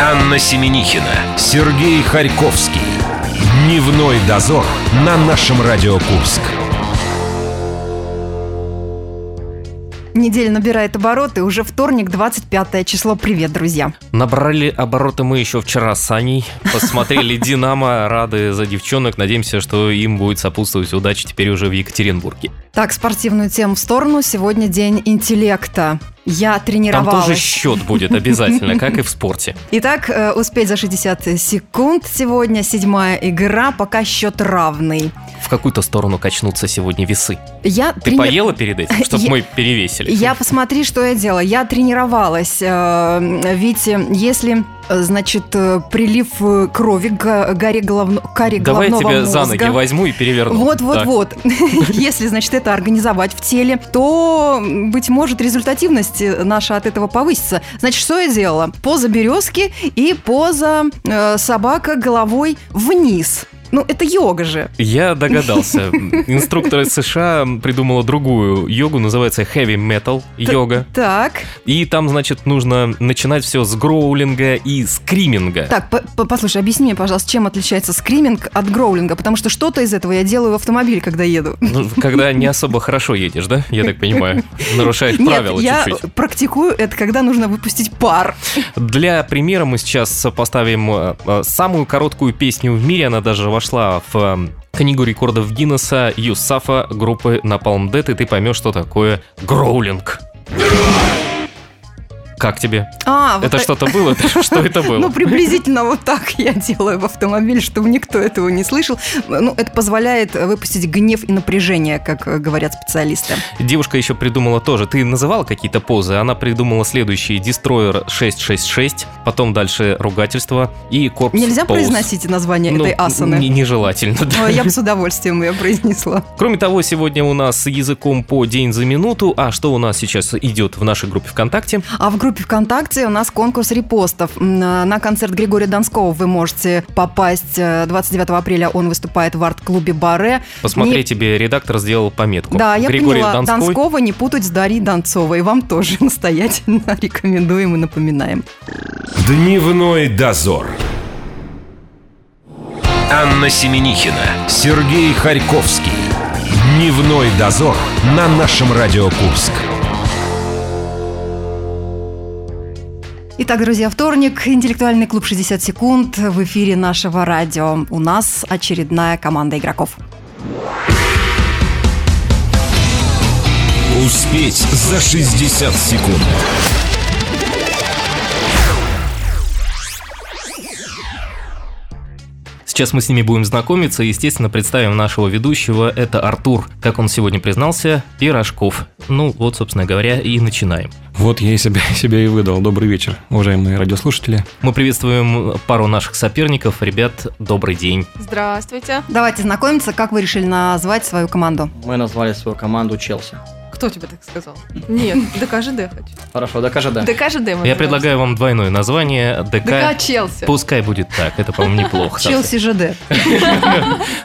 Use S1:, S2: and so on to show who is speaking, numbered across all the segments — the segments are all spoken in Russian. S1: Анна Семенихина, Сергей Харьковский. Дневной дозор на нашем Радио Курск.
S2: Неделя набирает обороты, уже вторник, 25 число. Привет, друзья.
S3: Набрали обороты мы еще вчера с Аней. Посмотрели «Динамо», рады за девчонок. Надеемся, что им будет сопутствовать удача теперь уже в Екатеринбурге.
S2: Так, спортивную тему в сторону. Сегодня день интеллекта. Я
S3: Там
S2: тренировалась.
S3: тоже счет будет обязательно, как и в спорте.
S2: Итак, э, успеть за 60 секунд. Сегодня седьмая игра, пока счет равный.
S3: В какую-то сторону качнутся сегодня весы.
S2: Я
S3: Ты
S2: трени-
S3: поела перед этим, чтобы
S2: Я-
S3: мы перевесили?
S2: Я посмотри, что я делала. Я тренировалась. э, Ведь э, если, э, значит, э, прилив э, крови к горе, головно... коре
S3: Давай я
S2: головного
S3: тебя за
S2: мозга-
S3: ноги возьму и переверну. Так.
S2: Вот-вот-вот. Если, значит, это организовать в теле, то, м, быть может, результативность э, наша от этого повысится. Значит, что я делала? Поза березки и поза э, собака головой вниз. Ну, это йога же.
S3: Я догадался. Инструктор из США придумала другую йогу, называется heavy metal йога.
S2: Так,
S3: И там, значит, нужно начинать все с гроулинга и скриминга.
S2: так, по- по- послушай, объясни мне, пожалуйста, чем отличается скриминг от гроулинга, потому что что-то из этого я делаю в автомобиле, когда еду.
S3: Ну, когда не особо хорошо едешь, да? Я так понимаю. Нарушаешь правила
S2: Нет, я
S3: чуть-чуть.
S2: практикую это, когда нужно выпустить пар.
S3: Для примера мы сейчас поставим э, э, самую короткую песню в мире. Она даже вошла в э, книгу рекордов Гиннесса Юсафа группы Napalm Dead, и ты поймешь, что такое гроулинг. Как тебе?
S2: А, вот
S3: это
S2: так-
S3: что-то было? Это- Что это
S2: Ну,
S3: было?
S2: приблизительно вот так я делаю в автомобиле, чтобы никто этого не слышал. Ну, это позволяет выпустить гнев и напряжение, как э, говорят специалисты.
S3: Девушка еще придумала тоже. Ты называл какие-то позы? Она придумала следующие. Destroyer 666, потом дальше ругательство и корпус
S2: Нельзя
S3: Pose.
S2: произносить название
S3: Ну,
S2: этой асаны?
S3: н- Нежелательно, да.
S2: Ой, Я бы с удовольствием ее произнесла.
S3: Кроме того, сегодня у нас с языком по день за минуту. А что у нас сейчас идет в нашей группе ВКонтакте?
S2: А в группе ВКонтакте у нас конкурс репостов. М, э, На концерт Григория Донского вы можете попасть э, 29 апреля. Он выступает в арт-клубе «Баре».
S3: Посмотри, тебе редактор сделал пометку.
S2: Да, я
S3: Григорий
S2: поняла.
S3: Донской.
S2: Донского не путать с Дарьей Донцовой. Вам тоже настоятельно рекомендуем и напоминаем.
S1: Дневной дозор. Анна Семенихина, Сергей Харьковский. Дневной дозор на нашем Радио Курск.
S2: Итак, друзья, вторник, интеллектуальный клуб «60 секунд» в эфире нашего радио. У нас очередная команда игроков.
S1: Успеть за 60 секунд.
S3: Сейчас мы с ними будем знакомиться и, естественно, представим нашего ведущего. Это Артур, как он сегодня признался, и Рожков. Ну, вот, собственно говоря, и начинаем.
S4: Вот я и себя, себя и выдал. Добрый вечер, уважаемые радиослушатели.
S3: Мы приветствуем пару наших соперников. Ребят, добрый день.
S5: Здравствуйте.
S2: Давайте знакомиться, как вы решили назвать свою команду.
S6: Мы назвали свою команду Челси.
S5: Кто тебе так сказал? Нет, ДК ЖД хочу.
S6: Хорошо, докажи, да.
S5: ДК ЖД. мы
S3: Я
S5: называемся.
S3: предлагаю вам двойное название ДК.
S5: ДК Челси.
S3: Пускай будет так, это, по-моему, неплохо.
S2: Челси ЖД.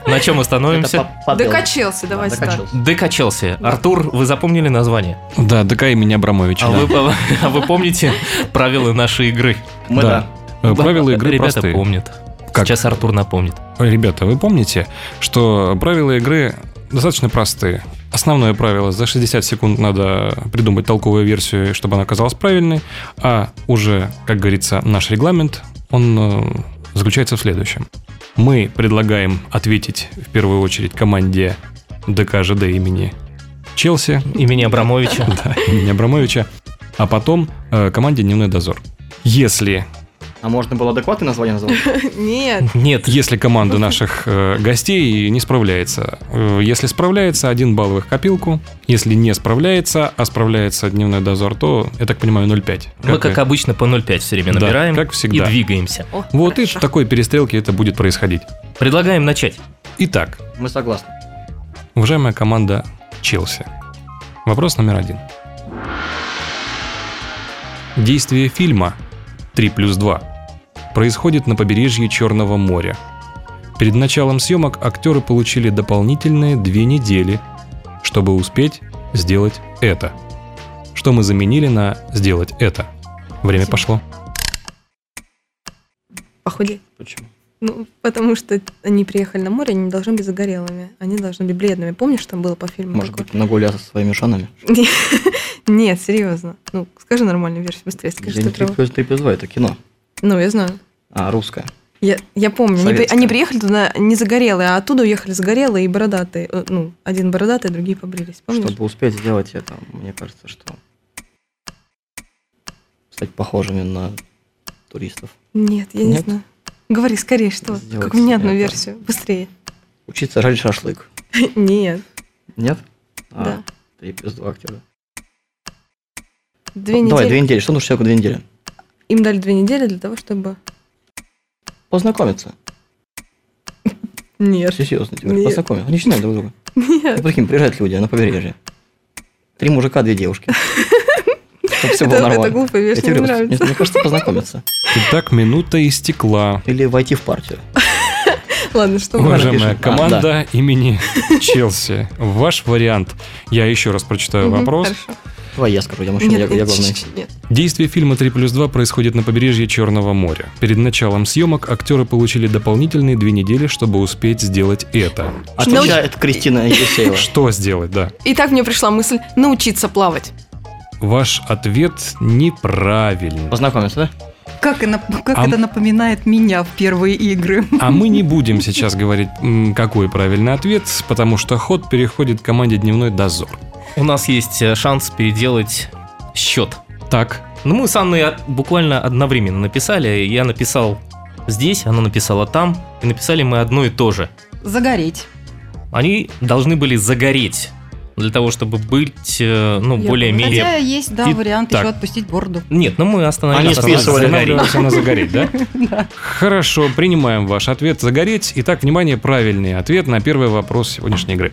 S3: На чем
S6: Это
S3: остановимся?
S6: по- по
S5: ДК
S6: белой.
S5: Челси,
S6: Да,
S5: давайте
S6: ДК
S5: так.
S6: Челси.
S3: ДК Челси. Артур, вы запомнили название?
S4: Да, ДК имени Абрамовича.
S3: А
S4: Да.
S3: вы, а вы помните правила нашей игры?
S6: Мы
S4: Да.
S6: да.
S4: Э, Правила игры
S3: Ребята
S4: простые.
S3: помнят.
S4: Как?
S3: Сейчас Артур напомнит.
S4: Ребята, вы помните, что правила игры достаточно простые. Основное правило, за 60 секунд надо придумать толковую версию, чтобы она оказалась правильной, а уже, как говорится, наш регламент, он э, заключается в следующем. Мы предлагаем ответить в первую очередь команде ДК ЖД имени Челси,
S3: Имени Абрамовича.
S4: да, имени Абрамовича, а потом э, команде Дневной дозор. Если,
S6: А можно было адекватное название назвать?
S5: Нет.
S3: Нет,
S4: если команда наших э, гостей не справляется, э, если справляется, один балл в их копилку, если не справляется, а справляется Дневной дозор, то, я так понимаю, 0,5.
S3: мы,
S4: и-
S3: как обычно, по 0,5 все время
S4: Да,
S3: набираем
S4: как
S3: и
S4: всегда.
S3: двигаемся.
S5: О,
S4: Вот и
S5: хорошо.
S4: в такой перестрелке это будет происходить.
S3: Предлагаем начать.
S4: Итак,
S6: Мы согласны.
S4: уважаемая команда Челси, вопрос номер один. Действие фильма 3 плюс 2 происходит на побережье Черного моря. Перед началом съемок актеры получили дополнительные две недели, чтобы успеть сделать это. Что мы заменили на «сделать это». Время
S5: Спасибо.
S4: пошло.
S5: похудеть.
S6: Почему?
S5: Ну, потому что они приехали на море, они не должны быть загорелыми. Они должны быть бледными. Помнишь, там было по фильму?
S6: Может
S5: Ну, такое?
S6: быть, нагуля со своими шанами?
S5: Нет, серьезно. Ну, скажи нормальную версию быстрее. Скажи,
S6: Я не
S5: что это...
S6: 3 плюс 3 плюс 2, это кино.
S5: Ну, я знаю.
S6: А, русское.
S5: Я, я помню, они, при-
S6: Советская.
S5: они приехали туда не загорелые, а оттуда уехали загорелые и бородатые. Э, Ну, один бородатый, другие побрились. Помнишь?
S6: Чтобы успеть сделать это, мне кажется, что... Стать похожими на туристов.
S5: Нет, я не
S6: Нет?
S5: знаю. Говори скорее, что?
S6: Сделать
S5: Как внятную
S6: это.
S5: версию. Быстрее.
S6: Учиться жарить шашлык.
S5: Нет.
S6: Нет?
S5: Да.
S6: 3 плюс 2 октября.
S5: Две
S6: Давай, две
S5: недели.
S6: недели. Что нужно человеку две недели?
S5: Им дали две недели для того, чтобы...
S6: Познакомиться.
S5: Нет.
S6: Серьезно, тебе говорю,
S5: Нет.
S6: познакомиться. Они же знают друг друга.
S5: Нет.
S6: Ну, прикинь, приезжают люди на побережье. Три мужика, две девушки. Чтобы
S5: Это,
S6: все было
S5: это
S6: нормально.
S5: глупо,
S6: Я
S5: версия,
S6: тебе
S5: мне
S6: говорю, мне
S5: нравится.
S6: мне кажется, познакомиться.
S4: Итак, минута истекла.
S6: Или войти в партию.
S5: Ладно, что
S6: Ой.
S5: мы-
S4: Уважаемая
S6: напишем. А,
S4: команда имени Челси, ваш вариант. Я еще раз прочитаю
S5: Мгм,
S4: вопрос.
S5: хорошо.
S6: Давай я скажу, я мужчина, я
S5: Нет,
S6: я
S5: нет,
S6: главный.
S5: щ- щ- нет.
S4: Действие фильма «3 плюс 2» происходит на побережье Черного моря. Перед началом съемок актеры получили дополнительные две недели, чтобы успеть сделать это.
S6: А Отвечает Кристина Евсеева.
S4: Что сделать, да?
S5: И так мне пришла мысль научиться плавать.
S4: Ваш ответ неправильный.
S6: Познакомиться, да?
S2: Как, и нап- как
S4: А
S2: это
S4: м-
S2: напоминает меня в первые игры.
S4: А мы не будем сейчас говорить, м, какой правильный ответ, потому что ход переходит к команде «Дневной дозор».
S3: У нас есть э, шанс переделать счет.
S4: Так,
S3: Ну, мы с Анной от- буквально одновременно написали. Я написал здесь, она написала там. И написали мы одно и то же.
S2: Загореть.
S3: Они должны были загореть для того, чтобы быть, э, ну,
S5: Я
S3: более-менее...
S2: Хотя есть, да,
S3: И
S2: вариант
S3: так.
S2: еще отпустить бороду.
S3: Нет, ну мы
S6: Они
S3: остановились. на
S6: списывали.
S3: «загореть».
S4: останавливаемся на загореть, да? Хорошо, принимаем ваш ответ «загореть». Итак, внимание, правильный ответ на первый вопрос сегодняшней игры.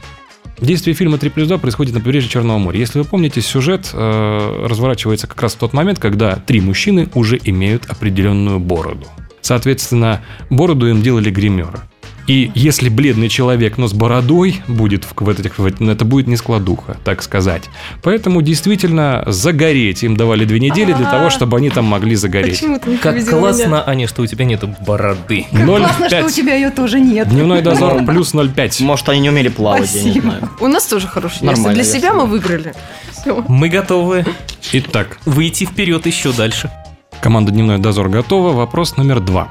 S4: Действие фильма «3 плюс 2» происходит на побережье Черного моря. Если вы помните, сюжет э, разворачивается как раз в тот момент, когда три мужчины уже имеют определенную бороду. Соответственно, бороду им делали гримеры. И если бледный человек, но с бородой, будет в, в этих, в эт- это будет не складуха, так сказать. Поэтому действительно загореть им давали две недели для того,
S5: А.
S4: чтобы они там могли загореть.
S5: Почему ты не
S3: Как
S5: победила
S3: классно,
S5: меня?
S3: Аня, что у тебя нету бороды.
S2: Как
S4: 0,5.
S2: классно, что у тебя ее тоже нет.
S4: Дневной дозор плюс 0,5.
S6: Может, они не умели плавать, я не
S2: Спасибо.
S6: знаю.
S5: У нас тоже хорошая версия.
S6: Нормальная
S5: Для
S6: версия,
S5: себя мы
S6: да.
S5: выиграли. Все.
S3: Мы готовы
S4: Итак,
S3: выйти вперед еще дальше.
S4: команда «Дневной дозор» готова. Вопрос номер два.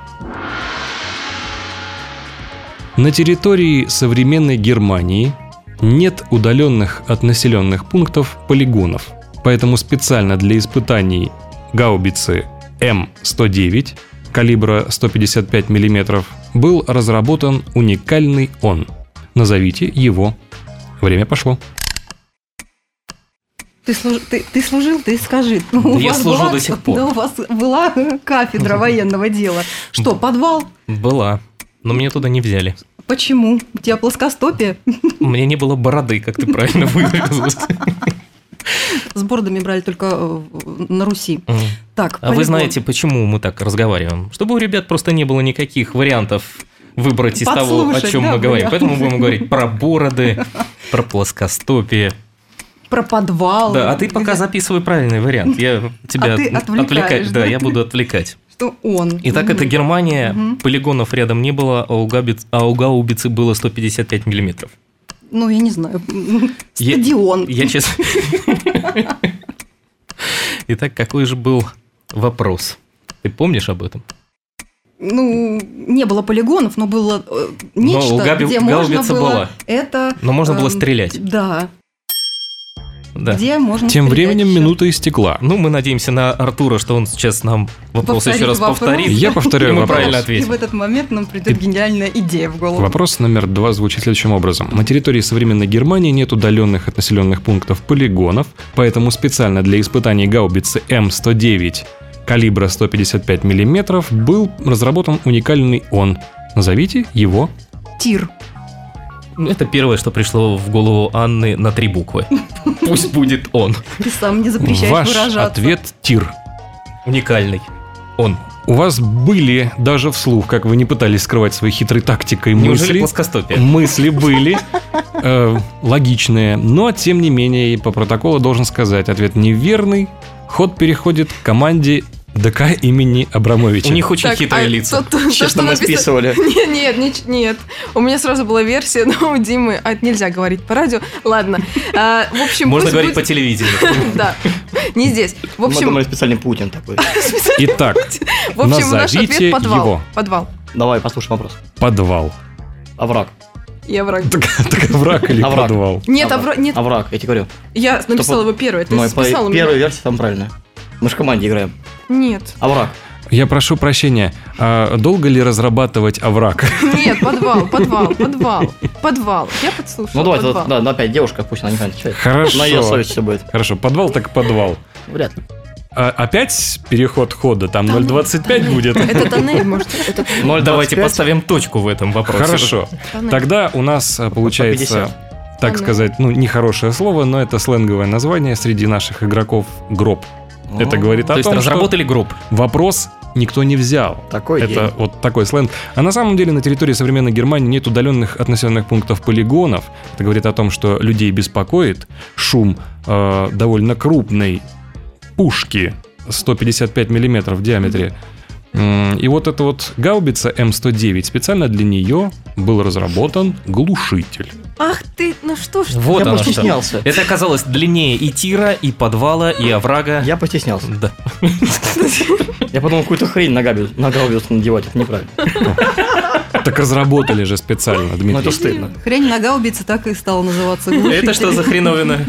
S4: На территории современной Германии нет удаленных от населенных пунктов полигонов, поэтому специально для испытаний гаубицы М109 калибра 155 мм был разработан уникальный он. Назовите его. Время пошло.
S2: Ты, служ- ты- ты служил, ты скажи. Ну,
S3: Да
S2: у
S3: я
S2: вас
S3: служу
S2: была-
S3: до сих пор.
S2: Да у вас была кафедра военного дела. Что, подвал?
S3: Была. Но меня туда не взяли.
S2: Почему? У тебя плоскостопие?
S3: У меня не было бороды, как ты правильно выразилась.
S2: С бордами брали только э, на Руси.
S3: Мгм.
S2: Так,
S3: А вы
S2: полигон.
S3: знаете, почему мы так разговариваем? Чтобы у ребят просто не было никаких вариантов выбрать из того, о
S2: Подслушать,
S3: чем
S2: да,
S3: мы говорим.
S2: варианты.
S3: Поэтому будем говорить про бороды, про плоскостопие.
S2: Про подвал.
S3: Да, а ты пока записывай правильный вариант. Я тебя
S2: А ты отвлекаешь,
S3: отвлекать. Да,
S2: да?
S3: я буду отвлекать.
S2: Что он.
S3: Итак, это
S2: Мгм.
S3: Германия.
S2: Мгм.
S3: Полигонов рядом не было, а у, габиц- а у гаубицы было 155 миллиметров.
S2: Ну, я не знаю.
S3: Я-
S2: Стадион.
S3: Я честно... Итак, какой же был вопрос? Ты помнишь об этом?
S2: Ну, не было полигонов, но было э, нечто,
S3: у Габи-
S2: где можно
S3: гаубица
S2: было...
S3: была.
S2: Это...
S3: Но можно было
S2: эм,
S3: стрелять.
S2: Да,
S3: Да.
S2: где можно
S4: Тем
S2: стрелять
S4: временем
S2: ещё.
S4: минута истекла.
S3: Ну, мы надеемся на Артура, что он сейчас нам вопрос
S2: Повторит
S3: еще раз
S2: вопрос.
S3: повторит.
S4: Я
S3: И
S4: повторяю
S3: мы
S4: вопрос.
S3: правильно
S2: И в
S3: ответим.
S2: этот момент нам придет гениальная идея в голову.
S4: Вопрос номер два звучит следующим образом. На территории современной Германии нет удаленных от населенных пунктов полигонов, поэтому специально для испытаний гаубицы М109 калибра 155 мм был разработан уникальный он. Назовите его.
S2: Тир.
S3: ну, Это первое, что пришло в голову Анны на три буквы. Пусть будет он.
S2: Ты сам не запрещаешь
S4: Ваш
S2: выражаться.
S4: ответ тир.
S3: Уникальный. Он.
S4: У вас были даже вслух, как вы не пытались скрывать своей хитрой тактикой
S3: Неужели
S4: мысли.
S3: плоскостопие?
S4: Э, мысли были э, логичные, но тем не менее и по протоколу должен сказать, ответ неверный. Ход переходит к команде ДК имени Абрамовича.
S3: У них очень
S5: Так,
S3: хитрые
S5: а
S3: лица.
S5: то- то- то,
S6: Честно,
S5: что
S6: мы
S5: написано-
S6: списывали.
S5: Нет, нет, нет, нет. У меня сразу была версия, но у Димы... А, это нельзя говорить по радио. Ладно. А, в общем,
S3: Можно
S5: пусть
S3: говорить по
S5: будет-
S3: телевидению.
S5: Да. Не здесь. В
S6: Мы
S5: общем,
S6: думали, специальный Путин такой.
S4: Итак,
S5: в общем наш
S4: назовите
S5: ответ подвал.
S4: его.
S5: Подвал.
S6: Давай, послушаем вопрос.
S4: подвал.
S6: Овраг.
S5: Я враг.
S4: Так, так враг или
S6: Овраг.
S4: подвал?
S5: Нет,
S6: А
S5: овра- нет,
S6: Овраг, я тебе говорю.
S5: я написала его первой. Ты
S6: Ну, и по-
S5: списал у меня.
S6: первая версия там правильная. Мы же в команде играем.
S5: Нет.
S6: Овраг.
S4: Я прошу прощения, а долго ли разрабатывать овраг?
S5: Нет, подвал, подвал, подвал, подвал. Я подслушала.
S6: Ну давай,
S5: подвал.
S6: да, да, опять девушка, пусть она не отвечает.
S4: Хорошо.
S6: На ее совесть все будет.
S4: Хорошо, подвал так подвал.
S6: Вряд ли.
S4: А опять переход хода, там
S5: Там
S4: 0,25
S5: тоннель.
S4: будет.
S5: Это тоннель, может, это тоннель.
S6: Ноль
S3: Давайте
S6: 25,
S3: поставим точку в этом вопросе.
S4: Хорошо.
S5: Тоннель.
S4: Тогда у нас э, получается, так
S5: Ладно.
S4: сказать, ну, нехорошее слово, но это сленговое название среди наших игроков гроб.
S6: ну,
S4: Это говорит
S3: То
S4: о
S3: есть
S4: том, что
S3: разработали групп.
S4: вопрос никто не взял.
S6: Такой
S4: Это
S6: день.
S4: вот такой сленг. А на самом деле на территории современной Германии нет удаленных относительных пунктов полигонов. Это говорит о том, что людей беспокоит шум э, довольно крупной пушки 155 миллиметров в диаметре. М, И вот эта вот гаубица М109, специально для нее был разработан глушитель.
S5: Ах ты, ну что ж ты.
S3: Вот
S6: Я
S3: оно что.
S6: постеснялся.
S3: Это оказалось длиннее и тира, и подвала, и оврага.
S6: Я постеснялся.
S3: Да.
S6: Я подумал, какую-то хрень на гаубицу, на гаубицу надевать, это неправильно.
S4: Так разработали же специально,
S6: Но Ну, это
S4: Дмитрий.
S6: стыдно.
S2: Хрень на гаубице так и стала называться. глушитель.
S3: Это что за хреновина?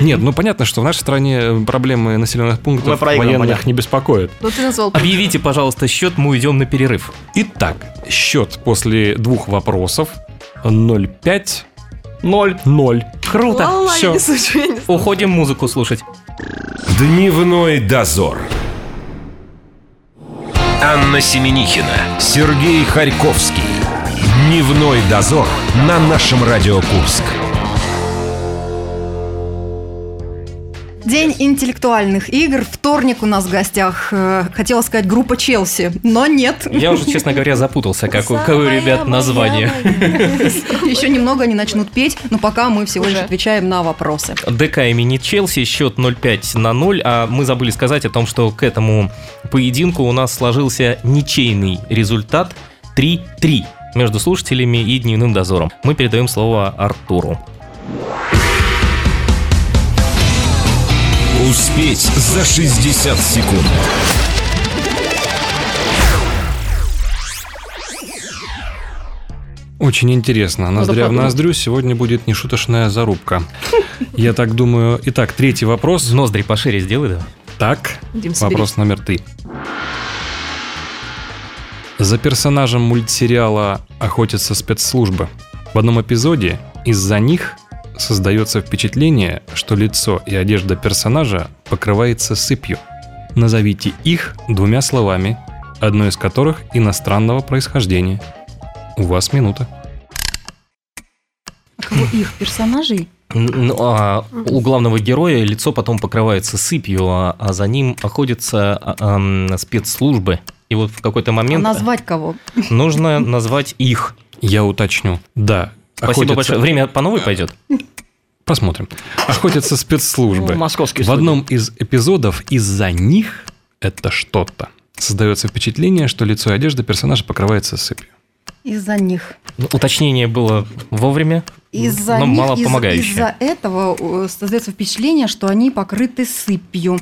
S4: Нет, ну понятно, что в нашей стране проблемы населенных
S6: Мы
S4: пунктов
S6: проиграем,
S4: военных
S6: понятно.
S4: не беспокоят.
S5: Ну ты назвал
S3: Объявите, пожалуйста, счет, мы уйдем на перерыв.
S4: Итак, счет после двух вопросов 0-5-0.
S6: Ноль.
S3: Круто.
S5: Ла-ла-ла, я
S3: Все.
S5: не слышу, я не слышу.
S3: Уходим музыку слушать.
S1: Дневной дозор. Анна Семенихина, Сергей Харьковский. Дневной дозор на нашем Радио Курск.
S2: День интеллектуальных игр. Вторник у нас в гостях. э, Хотела сказать группа Челси, но нет.
S3: Я уже, честно говоря, запутался, как у кого у ребят название.
S2: Еще немного они начнут петь, но пока мы всего лишь
S5: Уже.
S2: отвечаем на вопросы.
S3: ДК имени Челси, счет 0-5 на 0, а мы забыли сказать о том, что к этому поединку у нас сложился ничейный результат 3-3 между слушателями и дневным дозором. Мы передаем слово Артуру.
S1: Успеть за 60 секунд.
S4: Очень интересно. Ноздря в ноздрю сегодня будет нешуточная зарубка. Я так думаю. Итак, третий вопрос.
S3: Ноздри пошире сделай давай.
S4: Так,
S5: Дим, соберись.
S4: вопрос номер три. За персонажем мультсериала охотятся спецслужбы. В одном эпизоде из-за них создается впечатление, что лицо и одежда персонажа покрывается сыпью. Назовите их двумя словами, одно из которых иностранного происхождения. У вас минута.
S2: А кого их персонажей?
S3: Н- ну, а у главного героя лицо потом покрывается сыпью, а, а за ним охотятся а, ам, спецслужбы. И вот в какой-то
S2: А
S3: момент
S2: назвать кого?
S3: нужно назвать их.
S4: Я уточню. Да.
S3: Спасибо
S4: охотятся-
S3: большое. Время по новой пойдет?
S4: Посмотрим. Охотятся
S6: Ну,
S4: спецслужбы.
S6: Московский
S4: В
S6: суд.
S4: одном из эпизодов из-за них это что-то. Создается впечатление, что лицо и одежда персонажа покрывается сыпью.
S2: Из-за них.
S3: Ну, Уточнение было вовремя,
S2: Из-за
S3: но
S2: них,
S3: Ну, мало
S2: из-
S3: помогающее.
S2: Из-за этого э, создается впечатление, что они покрыты сыпью.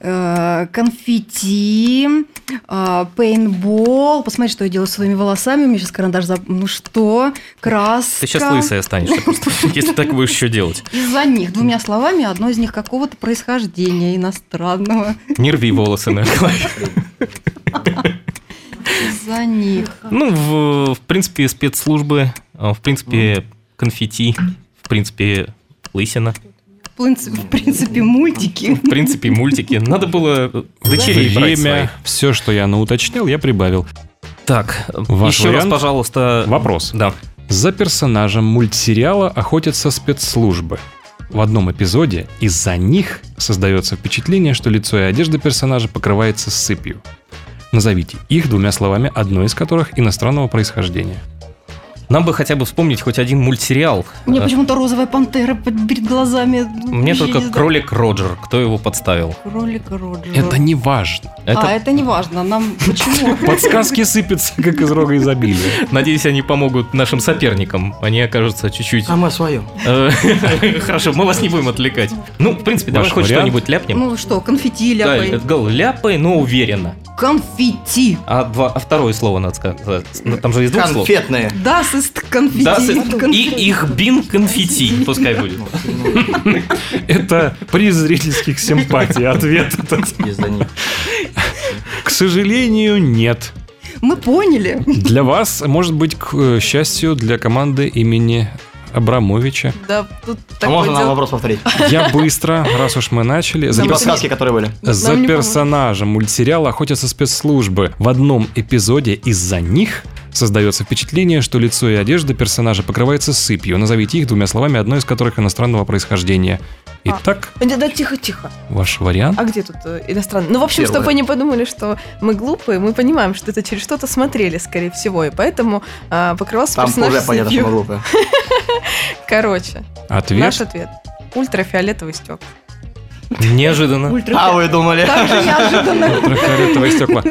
S2: Э, Конфетти, э, пейнтбол. Посмотри, что я делаю со своими волосами. У меня сейчас карандаш за... Ну что? Краска.
S3: Ты сейчас лысая станешь, просто, если так будешь еще делать.
S2: Из-за них. Двумя словами, одно из них какого-то происхождения иностранного.
S3: Не рви волосы на голове.
S2: Из-за них.
S3: Ну, в, в принципе, спецслужбы, а, в принципе, конфетти, в принципе, лысина,
S2: В принципе, в принципе, мультики.
S3: в принципе, мультики. Надо было дочерей брать своих.
S4: Время, все, что я науточнил, я прибавил.
S3: Так,
S4: Ваш
S3: еще раз,
S4: вариант?
S3: пожалуйста.
S4: Вопрос.
S3: Да.
S4: За персонажем мультсериала охотятся спецслужбы. В одном эпизоде из-за них создается впечатление, что лицо и одежда персонажа покрывается сыпью. Назовите их двумя словами, одно из которых иностранного происхождения.
S3: Нам бы хотя бы вспомнить хоть один мультсериал.
S2: У меня
S3: Э,
S2: почему-то розовая пантера под- перед глазами. Вообще
S3: Мне только
S2: не знаю.
S3: кролик Роджер. Кто его подставил?
S2: Кролик Роджер.
S4: Это не важно.
S2: А,
S3: Это,
S2: это не важно. Нам почему?
S4: Подсказки сыпятся, как из рога изобилия.
S3: надеюсь, они помогут нашим соперникам. Они окажутся чуть-чуть...
S6: А мы свое.
S3: э, Хорошо, мы вас не будем отвлекать. Ну, в принципе, давай
S4: Ваш
S3: хоть
S4: вариант?
S3: что-нибудь ляпнем.
S2: Ну что, конфетти
S3: Да,
S2: ляпай.
S3: это гол- ляпай, но уверенно.
S2: Конфетти.
S3: А, два, а второе слово надо сказать. Ну, Там же из двух слов.
S6: Конфетные.
S2: Das ist конфетти.
S3: Да, с- и их бин конфетти, пускай будет.
S4: Это приз зрительских симпатий. Ответ этот.
S6: Из-за них.
S4: К сожалению, нет.
S2: Мы поняли.
S4: Для вас, может быть, к э, счастью, для команды имени Абрамовича.
S5: Да, тут
S6: А
S5: такое
S6: можно нам
S5: дело.
S6: вопрос повторить?
S4: Я быстро, раз уж мы начали, за,
S6: И
S5: Нам
S4: перс-
S6: подсказки, которые были.
S4: за
S5: Нам не поможет.
S4: персонажем мультсериала охотятся спецслужбы. В одном эпизоде из-за них создается впечатление, что лицо и одежда персонажа покрывается сыпью. Назовите их двумя словами, одно из которых иностранного происхождения.
S5: А.
S4: Итак,
S5: Да, да, тихо, тихо.
S4: ваш вариант.
S5: А где тут э, иностранный? Ну, в общем, чтобы вы не подумали, что мы глупые, мы понимаем, что это через что-то смотрели, скорее всего, и поэтому а, покрывался
S6: Там
S5: персонаж
S6: уже понятно, что
S5: сетью.
S6: мы глупые.
S5: Короче, наш
S4: Ответ.
S5: ответ. Ультрафиолетовый стек.
S3: Неожиданно.
S6: А вы думали?
S5: Так же неожиданно.
S4: Ультрафиолетовое стекла.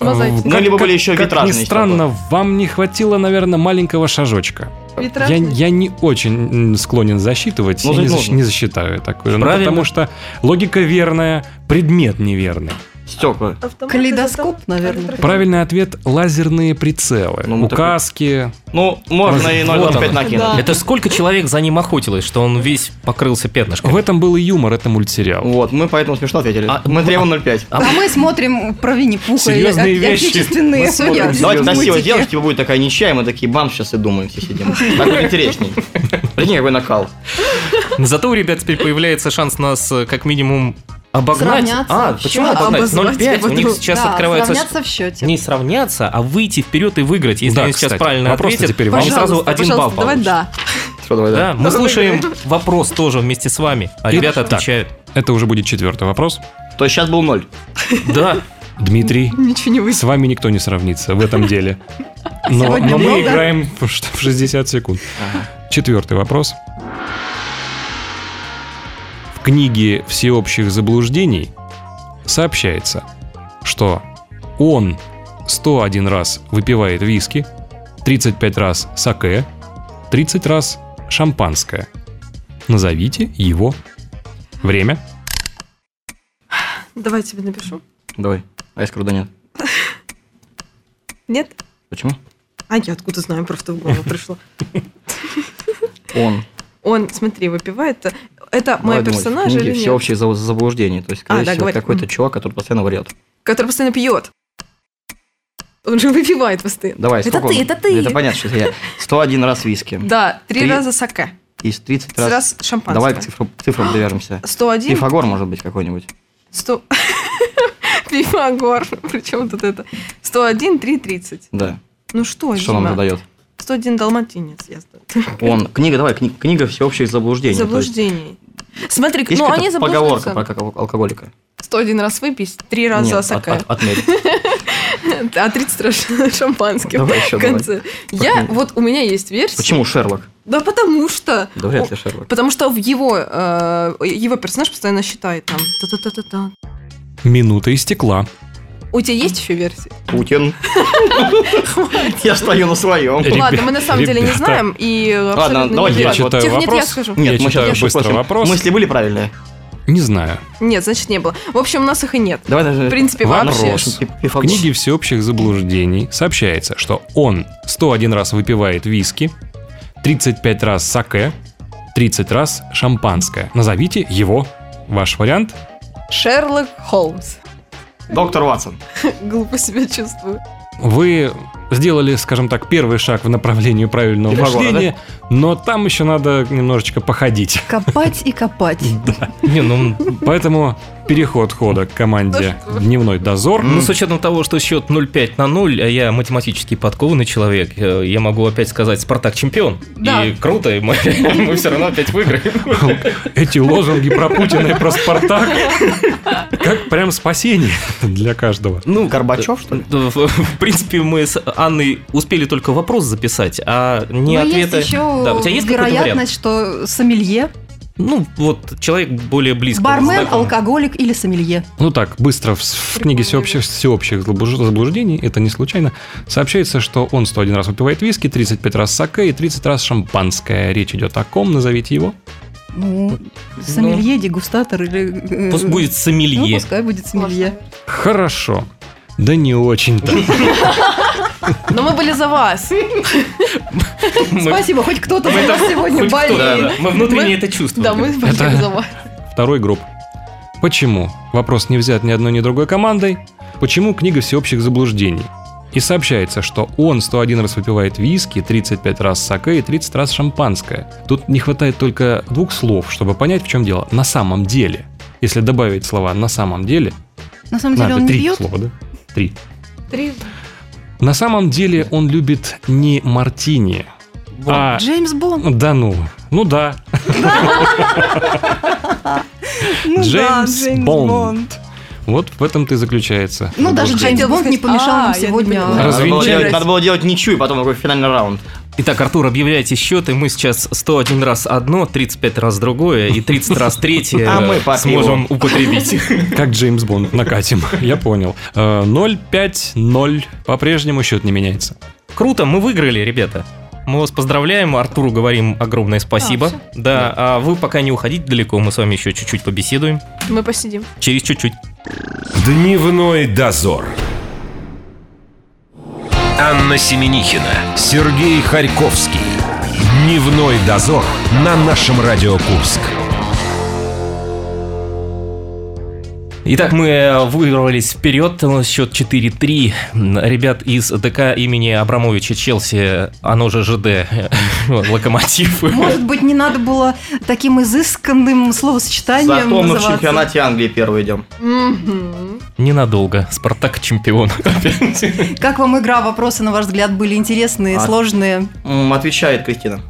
S5: Мозаика.
S6: Ну, либо были еще
S4: как ни
S6: витражные.
S4: странно, вам не хватило, наверное, маленького шажочка. Я,
S5: Витражный.
S4: я не очень м, склонен засчитывать,
S6: Ну,
S4: я не,
S6: нужно.
S4: защ- не засчитаю такое. Ну,
S3: Правильно.
S4: потому что логика верная, предмет неверный.
S6: Стекла.
S5: Автомат
S2: Калейдоскоп,
S5: это-
S2: наверное.
S5: Ультрафиолет.
S4: Правильный ответ – лазерные прицелы,
S6: Ну, мы так-
S4: указки.
S6: Ну, можно и
S3: Вот
S6: 0,25
S3: оно.
S6: накинуть.
S3: Это сколько человек за ним охотилось, что он весь покрылся пятнышками?
S4: В этом был и юмор, это мультсериал.
S6: Вот, мы поэтому смешно ответили.
S3: А,
S6: Мы требуем 0,5.
S2: А мы смотрим про Винни-Пуха и
S4: Серьезные
S2: о-
S4: вещи.
S2: отечественные
S4: Мы смотрим
S2: судьи.
S6: Давайте красиво
S2: мультики.
S6: делать, типа будет такая ничья, и мы такие бам, сейчас и думаем все сидим. Так будет интересней. Прикинь, какой накал.
S3: Зато у ребят теперь появляется шанс нас э, как минимум обогнать.
S2: Сравняться.
S3: А, почему
S2: Чё,
S3: обогнать?
S5: обозвать
S3: 0,5. У
S5: его
S3: них
S5: друг.
S3: сейчас
S2: Да,
S3: открывается...
S2: сравняться в счете.
S3: Не сравняться, а выйти вперед и выиграть. Если
S4: Да,
S3: они сейчас
S4: кстати,
S3: правильно
S4: вопрос-то
S3: ответят,
S4: теперь вам.
S3: они сразу
S5: Пожалуйста,
S3: один балл
S5: пожалуйста, давай
S3: получат.
S5: да.
S6: Что, давай,
S3: Да,
S6: да.
S3: мы слушаем вопрос тоже вместе с вами, а
S4: И-
S3: ребята
S4: так.
S3: отвечают.
S4: Это уже будет четвертый вопрос.
S6: То есть сейчас был 0.
S3: Да,
S4: Дмитрий,
S5: Ничего не
S4: с
S5: выйдет.
S4: вами никто не сравнится в этом деле. Но,
S2: Сегодня
S4: но мы
S2: много.
S4: играем в ш- в 60 секунд. Четвертый вопрос. В книге всеобщих заблуждений сообщается, что он 101 раз выпивает виски, 35 раз саке, 30 раз шампанское. Назовите его время.
S5: Давай я тебе напишу.
S6: Давай. А я скажу, да нет.
S5: Нет?
S6: Почему?
S5: А я откуда знаю, просто в голову пришло.
S6: Он.
S5: Он, смотри, выпивает. э, Это мой
S6: Давай думать.
S5: персонаж
S6: Книги
S5: или нет?
S6: всеобщие за- заблуждения. То есть,
S5: А,
S6: скорее
S5: да,
S6: всего,
S5: говори.
S6: какой-то
S5: Мгм.
S6: чувак, который постоянно врет.
S5: Который постоянно пьет. Он же выпивает постоянно.
S6: Давай,
S5: Это
S6: сколько
S5: ты,
S6: он-
S5: это ты.
S6: Это понятно, что это я. 101 раз виски.
S5: Да, три
S6: Ты-
S5: раза саке.
S6: И 30 раз...
S5: Раз шампанское.
S6: Давай к цифру- к цифрам привяжемся.
S5: 101,
S6: Пифагор, может быть, какой-нибудь.
S5: 100... Пифагор. Причем тут это? 101, 3, 30.
S6: Да.
S5: Ну что,
S6: Что нам
S5: Дима?
S6: это дает?
S5: 101 далматинец, я знаю.
S6: Он. Книга, давай, кни- книга всеобщих заблуждений. То есть,
S5: Заблуждений. Смотри,
S6: Есть
S5: ну они
S6: какая-то поговорка
S5: заблуждаются.
S6: про как- алкоголика?
S5: 101 раз выпить, 3 раза
S6: Нет, от-
S5: саке.
S6: от- отмерь.
S5: А 30 раз шампанским
S6: Давай
S5: в
S6: ещё,
S5: конце. Я,
S6: Как мы-
S5: вот у меня есть версия.
S6: Почему Шерлок?
S5: Да потому что...
S6: Да вряд
S5: О,
S6: ли Шерлок.
S5: Потому что в его, э, его персонаж постоянно считает там... та-та-та-та-та.
S4: Минута истекла.
S5: У тебя есть еще версия?
S6: Путин. Я стою на своем.
S4: Ребя-
S5: Ладно, мы на самом деле не
S4: ребята.
S5: знаем, и абсолютно не
S6: давайте
S5: важно.
S4: Я
S6: вот
S4: читаю
S5: Тем- Нет, я
S4: вопрос.
S5: скажу.
S4: я
S6: Нет, мы
S4: читаю
S6: сейчас
S4: быстро вопрос.
S6: Мысли были правильные?
S4: Не знаю.
S5: Нет, значит, не было. В общем, у нас их и нет.
S6: Давай даже...
S5: В принципе, вообще.
S4: Вопрос. В
S6: Пифагор.
S4: книге всеобщих заблуждений сообщается, что он 101 раз выпивает виски, 35 раз саке, 30 раз шампанское. Назовите его. Ваш вариант?
S5: Шерлок Холмс.
S6: Доктор Ватсон.
S5: Глупо себя чувствую.
S4: Вы сделали, скажем так, первый шаг в направлении правильного
S6: Пифагора,
S4: мышления, но там еще надо немножечко походить.
S2: Копать и копать.
S3: не, ну,
S4: Поэтому переход хода к команде «Дневной дозор».
S3: ну, с учетом того, что счет 0-5 на 0, а я математически подкованный человек, э, я могу опять сказать «Спартак чемпион».
S5: Да.
S3: И круто, и мы, мы все равно опять выиграем.
S4: Эти лозунги про Путина и про Спартак как прям спасение для каждого.
S6: Ну, Горбачев, что ли?
S3: В- в- принципе, мы с Анной успели только вопрос записать, а не
S2: Но
S3: ответы.
S2: есть еще
S3: Да, у тебя есть какой-то вариант?
S2: вероятность, что сомелье,
S3: Ну, вот человек более близко.
S2: бармен,
S3: знаком.
S2: алкоголик или сомелье.
S4: Ну так, быстро в, в книге всеобщих, всеобщих заблуж- заблуждений, это не случайно, сообщается, что он 101 раз выпивает виски, 35 раз саке и 30 раз шампанское. Речь идет о ком, назовите его.
S2: Ну, сомелье, дегустатор или... э,
S3: Пусть будет
S2: Ну,
S3: сомелье.
S2: пускай будет сомелье.
S4: Хорошо. Да не очень-то.
S5: Но мы были за вас.
S6: Ну,
S3: Мы-
S2: Спасибо, хоть кто-то
S3: мы
S2: за нас
S3: это-
S2: сегодня
S3: хоть кто, да,
S2: болеет.
S3: да. Мы внутренне
S5: Мы-
S3: это чувствуем.
S5: Да, мы были
S4: Это-
S5: за вас.
S4: Второй гроб. Почему? Вопрос не взят ни одной, ни другой командой. Почему книга всеобщих заблуждений? И сообщается, что он 101 раз выпивает виски, 35 раз саке и 30 раз шампанское. Тут не хватает только двух слов, чтобы понять, в чем дело. На самом деле. Если добавить слова «на самом деле»,
S2: На самом деле
S4: надо
S2: он не
S4: три
S2: пьет.
S4: слова, да? Три.
S5: Три.
S4: На самом деле он любит не мартини, а...
S2: Джеймс Бонд.
S4: Да ну. Ну да.
S2: Ну да,
S4: Джеймс
S2: Джеймс
S4: Бонд.
S2: Бонд.
S4: Вот в этом-то и заключается.
S2: Ну, даже
S4: заблуждение.
S2: Джеймс
S5: Хотела
S2: Бонд не
S5: сказать,
S2: помешал нам
S5: а, я
S2: сегодня.
S5: поняла.
S6: Надо было,
S4: Развенчать.
S6: делать, надо было делать ничью, и потом какой финальный раунд.
S3: Итак, Артур, объявляйте счеты. Мы сейчас 101 раз одно, 35 раз другое и 30 раз третье
S6: А
S3: э,
S6: мы по
S3: сможем употребить.
S4: Как Джеймс Бонд накатим, я понял. Э, 0-5-0. По-прежнему счет не меняется.
S3: Круто, мы выиграли, ребята. Мы вас поздравляем, Артуру говорим огромное спасибо.
S5: А, всё.
S3: да, а вы пока не уходите далеко, мы с вами еще чуть-чуть побеседуем.
S5: Мы посидим.
S3: Через чуть-чуть.
S1: Дневной дозор. Анна Семенихина, Сергей Харьковский. Дневной дозор на нашем Радио Курск.
S3: Итак, мы э, вырвались вперед, у нас счет 4-3. Ребят из ДК имени Абрамовича Челси, оно же ЖД, Локомотив.
S2: Может быть, не надо было таким изысканным
S5: А
S2: словосочетанием
S6: Зато мы в
S2: называться.
S6: чемпионате Англии первые идем.
S5: Мгм.
S3: Ненадолго. Спартак чемпион.
S2: Как вам игра? Вопросы, на ваш взгляд, были интересные,
S6: А-
S2: сложные.
S6: М, Отвечает Кристина.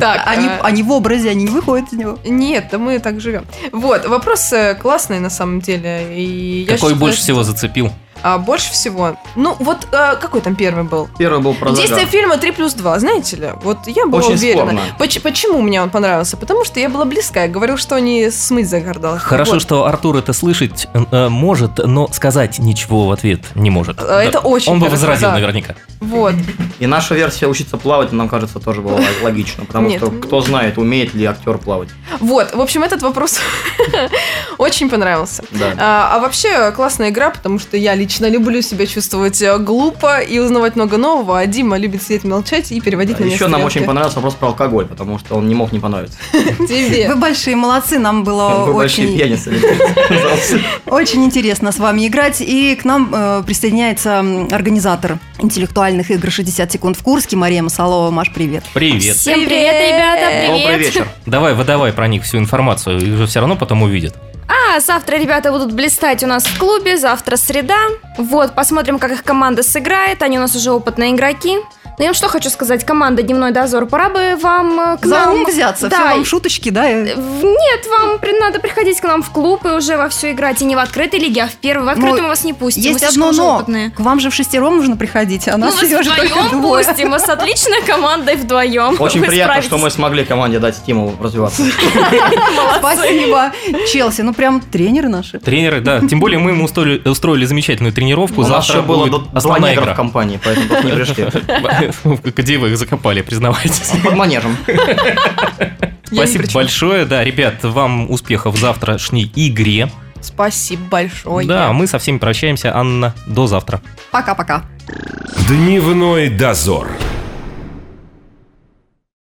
S5: Так,
S2: Они,
S5: э,
S2: они в образе, они не выходят из него.
S5: Нет, да мы так живем. Вот, вопрос э, классный на самом деле. И я
S3: Какой
S5: считаю,
S3: больше
S5: что-
S3: всего зацепил?
S5: А, больше всего? Ну, вот э, какой там первый был?
S6: Первый был про
S5: Действие
S6: загар.
S5: фильма 3 плюс 2, знаете ли? Вот я была
S6: Очень
S5: уверена.
S6: спорно.
S5: Поч- почему мне он понравился? Потому что я была близка. Я говорил, что не смыть загордал.
S3: Хорошо, что Артур это слышать э, может, но сказать ничего в ответ не может.
S5: Э, это очень
S3: Он бы
S5: хорошо,
S3: возразил
S5: да.
S3: наверняка.
S5: Вот.
S6: И наша версия учиться плавать, нам кажется, тоже была лог- логично. Потому
S5: Нет.
S6: что кто знает, умеет ли актер плавать.
S5: Вот. В общем, этот вопрос очень понравился.
S6: Да.
S5: А, а вообще классная игра, потому что я лично люблю себя чувствовать э, глупо и узнавать много нового, а Дима любит сидеть молчать и переводить на меня
S6: Еще А нам
S5: стрелки.
S6: очень понравился вопрос про алкоголь, потому что он не мог не понравиться.
S5: Тебе.
S2: Вы большие молодцы, нам было
S6: Вы большие
S2: очень,
S6: пьяницы.
S2: очень интересно с вами играть. И к нам э, присоединяется м, организатор интеллектуальных игр «60 секунд в Курске» Мария Масалова. Маш, привет.
S3: Привет.
S7: Всем привет, ребята, привет.
S6: Добрый вечер.
S3: Давай, выдавай про них всю информацию, их же все равно потом увидят.
S7: А, завтра ребята будут блистать у нас в клубе, завтра среда. Вот, посмотрим, как их команда сыграет, они у нас уже опытные игроки. Ну, я вам что хочу сказать, команда «Дневной дозор», пора бы вам э, к
S2: За
S7: нам...
S2: ум взяться,
S7: Да,
S2: все вам
S7: и-
S2: шуточки, да? и-
S7: Э, в- Нет, вам при- надо приходить к нам в клуб и уже во все играть, и не в открытой лиге, а в первой. В открытую
S2: Ну,
S7: мы вас не пустим,
S2: Есть
S7: вы слишком
S2: одно
S7: уже
S2: но.
S7: опытные.
S2: К вам же в шестером нужно приходить, а
S7: Ну,
S2: нас
S7: вас
S2: Сережа только
S7: вдвоем
S2: двое.
S7: пустим, у вас отличная команда и вдвоем.
S6: Очень
S7: Вы
S6: приятно,
S7: справитесь.
S6: что мы смогли команде дать стимул развиваться.
S2: Спасибо, Челси. Ну, прям тренеры наши.
S3: Тренеры, да. Тем более мы им устроили, устроили замечательную тренировку.
S6: У нас
S3: Завтра
S6: еще было
S3: будет
S6: до- два
S3: основная
S6: негра в
S3: игра.
S6: компании, поэтому тут не пришли.
S3: Где вы их закопали, признавайтесь.
S6: Под манежем.
S5: Я ни
S3: Спасибо
S5: при чем.
S3: большое. Да, ребят, вам успехов в завтрашней игре.
S5: Спасибо большое.
S3: Да, мы со всеми прощаемся. Анна, до завтра.
S2: Пока-пока.
S1: Дневной дозор.